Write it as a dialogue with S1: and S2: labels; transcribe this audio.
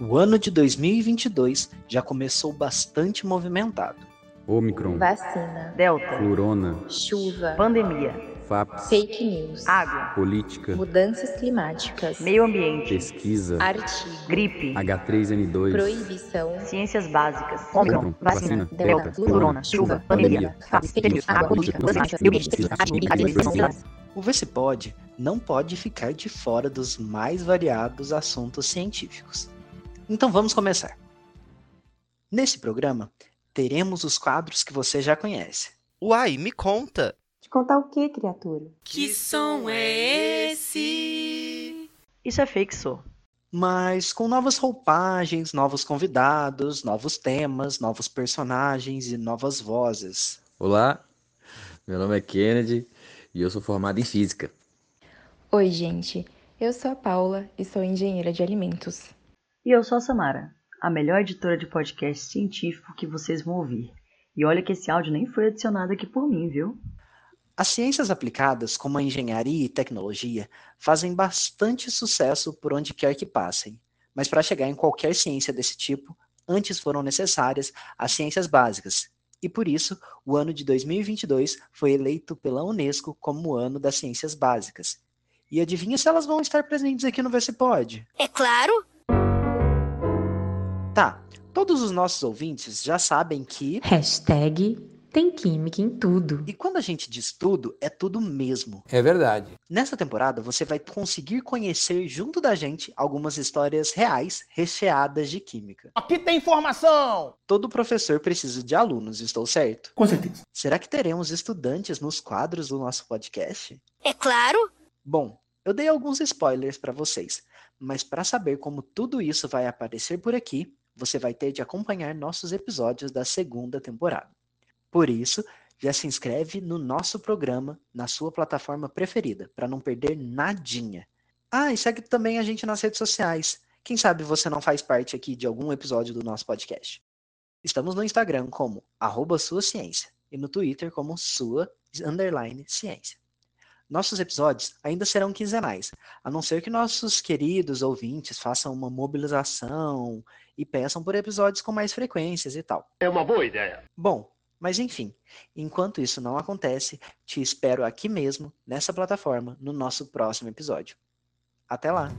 S1: O ano de 2022 já começou bastante movimentado.
S2: Omicron,
S3: Vacina.
S4: Delta,
S2: Corona,
S3: Chuva.
S4: pandemia,
S2: FAPS,
S3: Fake news.
S4: água,
S2: Política,
S3: Mudanças climáticas.
S4: meio ambiente,
S2: Pesquisa,
S3: Artigo.
S4: gripe,
S2: H3N2,
S3: Proibição.
S4: ciências básicas,
S2: Omicron,
S4: Omicron,
S2: vacina,
S4: vacina,
S2: Delta,
S4: Delta,
S2: Corona,
S4: Corona,
S2: Chuva,
S4: Chuva,
S2: Pandemia,
S4: pandemia,
S2: FAPS,
S4: fake news, água, política, mudança, meio ambiente,
S1: O VCPod não pode ficar de fora dos mais variados assuntos científicos. Então vamos começar. Nesse programa, teremos os quadros que você já conhece.
S5: Uai, me conta!
S6: Te contar o que, criatura?
S7: Que som é esse?
S4: Isso é fake, sou.
S1: mas com novas roupagens, novos convidados, novos temas, novos personagens e novas vozes.
S8: Olá, meu nome é Kennedy e eu sou formado em física.
S3: Oi, gente. Eu sou a Paula e sou engenheira de alimentos.
S4: E eu sou a Samara, a melhor editora de podcast científico que vocês vão ouvir. E olha que esse áudio nem foi adicionado aqui por mim, viu?
S1: As ciências aplicadas, como a engenharia e tecnologia, fazem bastante sucesso por onde quer que passem, mas para chegar em qualquer ciência desse tipo, antes foram necessárias as ciências básicas. E por isso, o ano de 2022 foi eleito pela Unesco como o ano das ciências básicas. E adivinha se elas vão estar presentes aqui no VCPod?
S7: É claro!
S1: Tá, todos os nossos ouvintes já sabem que.
S9: Hashtag tem química em tudo.
S1: E quando a gente diz tudo, é tudo mesmo.
S8: É verdade.
S1: Nessa temporada, você vai conseguir conhecer junto da gente algumas histórias reais recheadas de química.
S10: Aqui tem informação!
S1: Todo professor precisa de alunos, estou certo?
S10: Com certeza.
S1: Será que teremos estudantes nos quadros do nosso podcast?
S7: É claro!
S1: Bom, eu dei alguns spoilers para vocês, mas para saber como tudo isso vai aparecer por aqui, você vai ter de acompanhar nossos episódios da segunda temporada. Por isso, já se inscreve no nosso programa na sua plataforma preferida, para não perder nadinha. Ah, e segue também a gente nas redes sociais. Quem sabe você não faz parte aqui de algum episódio do nosso podcast. Estamos no Instagram como arroba sua ciência e no Twitter como sua underline ciência. Nossos episódios ainda serão quinzenais, a não ser que nossos queridos ouvintes façam uma mobilização e peçam por episódios com mais frequências e tal.
S10: É uma boa ideia.
S1: Bom, mas enfim, enquanto isso não acontece, te espero aqui mesmo, nessa plataforma, no nosso próximo episódio. Até lá!